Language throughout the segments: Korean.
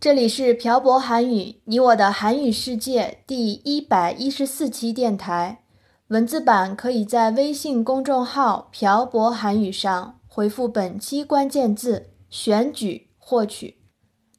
这里是朴博韩语，你我的韩语世界第一百一十四期电台。文字版可以在微信公众号“漂泊韩语”上回复本期关键字“选举”获取。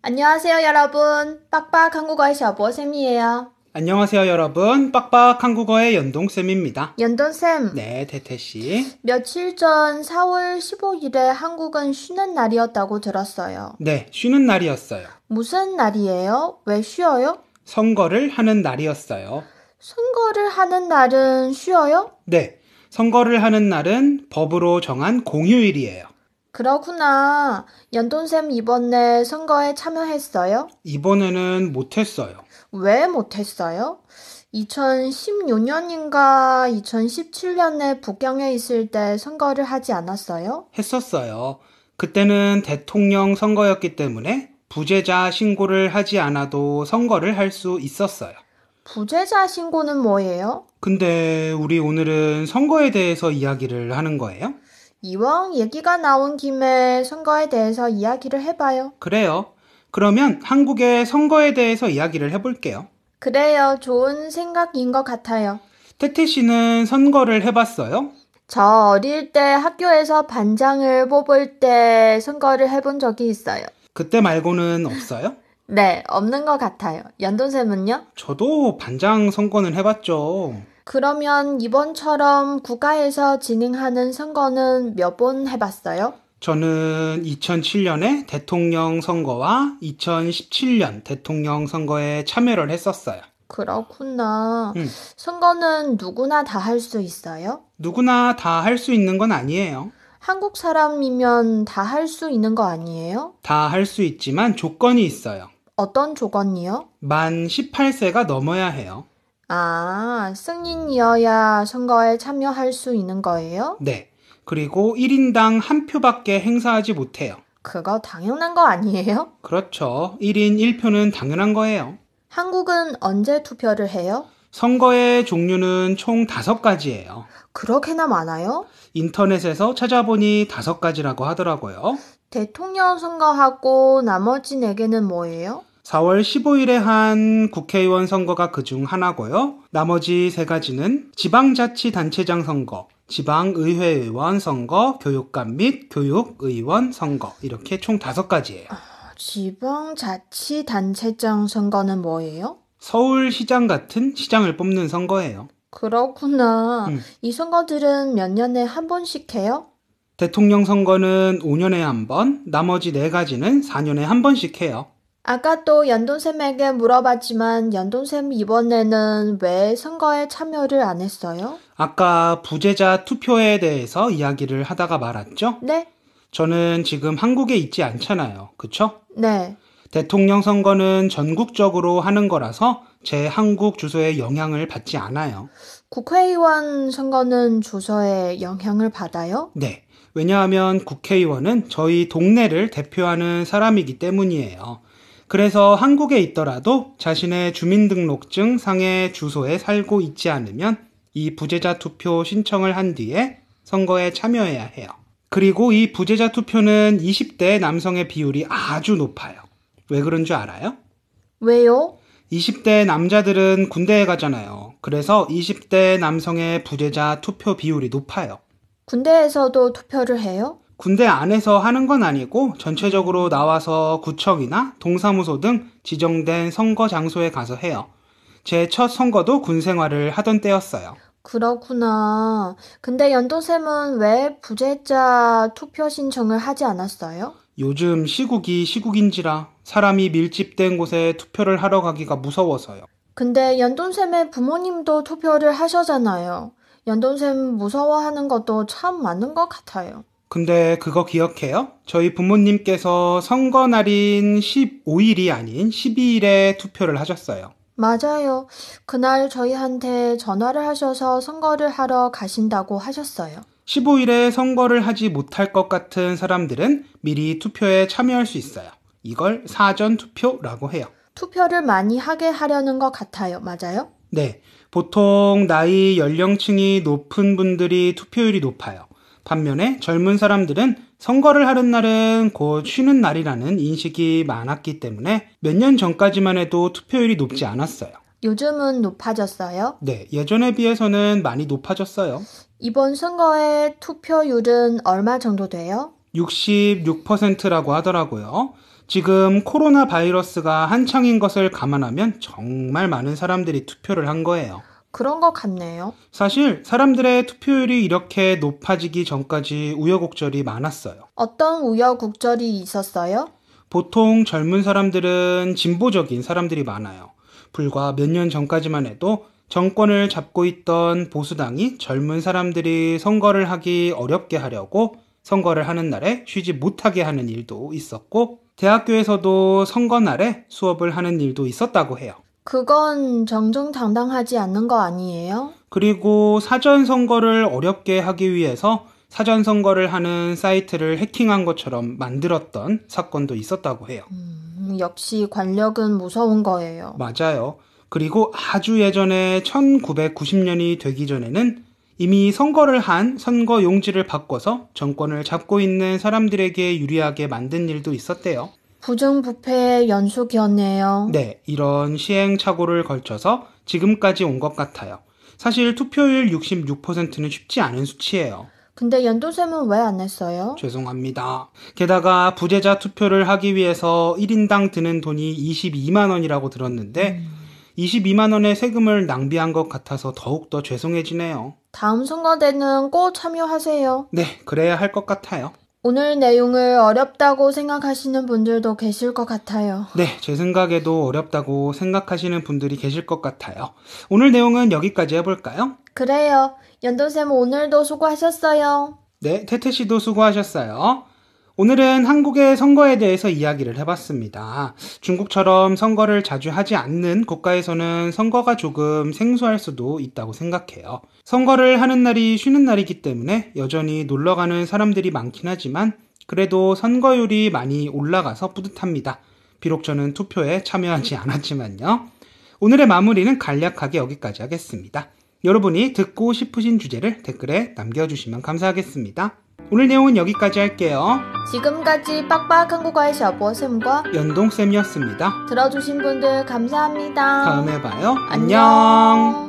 안녕하세요여러분빡빡한국어의샤보쌤이에요 안녕하세요, 여러분. 빡빡 한국어의 연동쌤입니다. 연돈 쌤. 네, 태태씨. 며칠 전 4월 15일에 한국은 쉬는 날이었다고 들었어요. 네, 쉬는 날이었어요. 무슨 날이에요? 왜 쉬어요? 선거를 하는 날이었어요. 선거를 하는 날은 쉬어요? 네, 선거를 하는 날은 법으로 정한 공휴일이에요. 그렇구나. 연돈쌤 이번에 선거에 참여했어요? 이번에는 못했어요. 왜 못했어요? 2016년인가 2017년에 북경에 있을 때 선거를 하지 않았어요? 했었어요. 그때는 대통령 선거였기 때문에 부재자 신고를 하지 않아도 선거를 할 수 있었어요. 부재자 신고는 뭐예요? 근데 우리 오늘은 선거에 대해서 이야기를 하는 거예요? 이왕 얘기가 나온 김에 선거에 대해서 이야기를 해봐요. 그래요. 그러면 한국의 선거에 대해서 이야기를 해볼게요. 그래요. 좋은 생각인 것 같아요. 태태 씨는 선거를 해봤어요? 저 어릴 때 학교에서 반장을 뽑을 때 선거를 해본 적이 있어요. 그때 말고는 없어요? 네, 없는 것 같아요. 연돈쌤은요? 저도 반장 선거는 해봤죠. 그러면 이번처럼 국가에서 진행하는 선거는 몇 번 해봤어요? 저는 2007년에 대통령 선거와 2017년 대통령 선거에 참여를 했었어요. 그렇구나. 음. 선거는 누구나 다 할 수 있어요? 누구나 다 할 수 있는 건 아니에요. 한국 사람이면 다 할 수 있는 거 아니에요? 다 할 수 있지만 조건이 있어요. 어떤 조건이요? 만 18세가 넘어야 해요. 아, 승인이어야 선거에 참여할 수 있는 거예요? 네. 그리고 1인당 한 표밖에 행사하지 못해요. 그거 당연한 거 아니에요? 그렇죠. 1인 1표는 당연한 거예요. 한국은 언제 투표를 해요? 선거의 종류는 총 5가지예요. 그렇게나 많아요? 인터넷에서 찾아보니 5가지라고 하더라고요. 대통령 선거하고 나머지 네 개는 뭐예요? 4월 15일에 한 국회의원 선거가 그중 하나고요. 나머지 세 가지는 지방자치단체장 선거, 지방의회의원 선거, 교육감 및 교육의원 선거 이렇게 총 다섯 가지예요. 지방자치단체장 선거는 뭐예요? 서울시장 같은 시장을 뽑는 선거예요. 그렇구나. 음. 이 선거들은 몇 년에 한 번씩 해요? 대통령 선거는 5년에 한 번, 나머지 네 가지는 4년에 한 번씩 해요. 아까 또 연돈쌤에게 물어봤지만 연돈쌤 이번에는 왜 선거에 참여를 안 했어요? 아까 부재자 투표에 대해서 이야기를 하다가 말았죠? 네? 저는 지금 한국에 있지 않잖아요. 그쵸? 네. 대통령 선거는 전국적으로 하는 거라서 제 한국 주소에 영향을 받지 않아요. 국회의원 선거는 주소에 영향을 받아요? 네. 왜냐하면 국회의원은 저희 동네를 대표하는 사람이기 때문이에요. 그래서 한국에 있더라도 자신의 주민등록증 상의 주소에 살고 있지 않으면 이 부재자 투표 신청을 한 뒤에 선거에 참여해야 해요. 그리고 이 부재자 투표는 20대 남성의 비율이 아주 높아요. 왜 그런 줄 알아요? 왜요? 20대 남자들은 군대에 가잖아요. 그래서 20대 남성의 부재자 투표 비율이 높아요. 군대에서도 투표를 해요? 군대 안에서 하는 건 아니고 전체적으로 나와서 구청이나 동사무소 등 지정된 선거 장소에 가서 해요. 제 첫 선거도 군 생활을 하던 때였어요. 그렇구나. 근데 연돈쌤은 왜 부재자 투표 신청을 하지 않았어요? 요즘 시국이 시국인지라 사람이 밀집된 곳에 투표를 하러 가기가 무서워서요. 근데 연돈쌤의 부모님도 투표를 하셔잖아요. 연돈쌤 무서워하는 것도 참 맞는 것 같아요. 근데 그거 기억해요? 저희 부모님께서 선거 날인 15일이 아닌 12일에 투표를 하셨어요. 맞아요. 그날 저희한테 전화를 하셔서 선거를 하러 가신다고 하셨어요. 15일에 선거를 하지 못할 것 같은 사람들은 미리 투표에 참여할 수 있어요. 이걸 사전 투표라고 해요. 투표를 많이 하게 하려는 것 같아요. 맞아요? 네. 보통 나이 연령층이 높은 분들이 투표율이 높아요. 반면에 젊은 사람들은 선거를 하는 날은 곧 쉬는 날이라는 인식이 많았기 때문에 몇 년 전까지만 해도 투표율이 높지 않았어요. 요즘은 높아졌어요. 네. 예전에 비해서는 많이 높아졌어요. 이번 선거의 투표율은 얼마 정도 돼요? 66%라고 하더라고요. 지금 코로나 바이러스가 한창인 것을 감안하면 정말 많은 사람들이 투표를 한 거예요. 그런 것 같네요. 사실 사람들의 투표율이 이렇게 높아지기 전까지 우여곡절이 많았어요. 어떤 우여곡절이 있었어요? 보통 젊은 사람들은 진보적인 사람들이 많아요. 불과 몇 년 전까지만 해도 정권을 잡고 있던 보수당이 젊은 사람들이 선거를 하기 어렵게 하려고 선거를 하는 날에 쉬지 못하게 하는 일도 있었고, 대학교에서도 선거 날에 수업을 하는 일도 있었다고 해요. 그건 정정당당하지 않는 거 아니에요? 그리고 사전 선거를 어렵게 하기 위해서 사전 선거를 하는 사이트를 해킹한 것처럼 만들었던 사건도 있었다고 해요. 음, 역시 권력은 무서운 거예요. 맞아요. 그리고 아주 예전에 1990년이 되기 전에는 이미 선거를 한 선거 용지를 바꿔서 정권을 잡고 있는 사람들에게 유리하게 만든 일도 있었대요. 부정부패의 연속이었네요. 네, 이런 시행착오를 걸쳐서 지금까지 온 것 같아요. 사실 투표율 66%는 쉽지 않은 수치예요. 근데 연돈쌤은 왜 안 했어요? 죄송합니다. 게다가 부재자 투표를 하기 위해서 1인당 드는 돈이 22만 원이라고 들었는데 22만 원의 세금을 낭비한 것 같아서 더욱더 죄송해지네요. 다음 선거 때는 꼭 참여하세요. 네, 그래야 할 것 같아요. 오늘 내용을 어렵다고 생각하시는 분들도 계실 것 같아요. 네, 제 생각에도 어렵다고 생각하시는 분들이 계실 것 같아요. 오늘 내용은 여기까지 해볼까요? 그래요. 연돈쌤 오늘도 수고하셨어요. 네, 태태 씨도 수고하셨어요. 오늘은 한국의 선거에 대해서 이야기를 해봤습니다. 중국처럼 선거를 자주 하지 않는 국가에서는 선거가 조금 생소할 수도 있다고 생각해요. 선거를 하는 날이 쉬는 날이기 때문에 여전히 놀러 가는 사람들이 많긴 하지만 그래도 선거율이 많이 올라가서 뿌듯합니다. 비록 저는 투표에 참여하지 않았지만요. 오늘의 마무리는 간략하게 여기까지 하겠습니다. 여러분이 듣고 싶으신 주제를 댓글에 남겨주시면 감사하겠습니다. 오늘 내용은 여기까지 할게요. 지금까지 빡빡 한국어의 샤보쌤과 연동쌤이었습니다. 들어주신 분들 감사합니다. 다음에 봐요. 안녕. 안녕.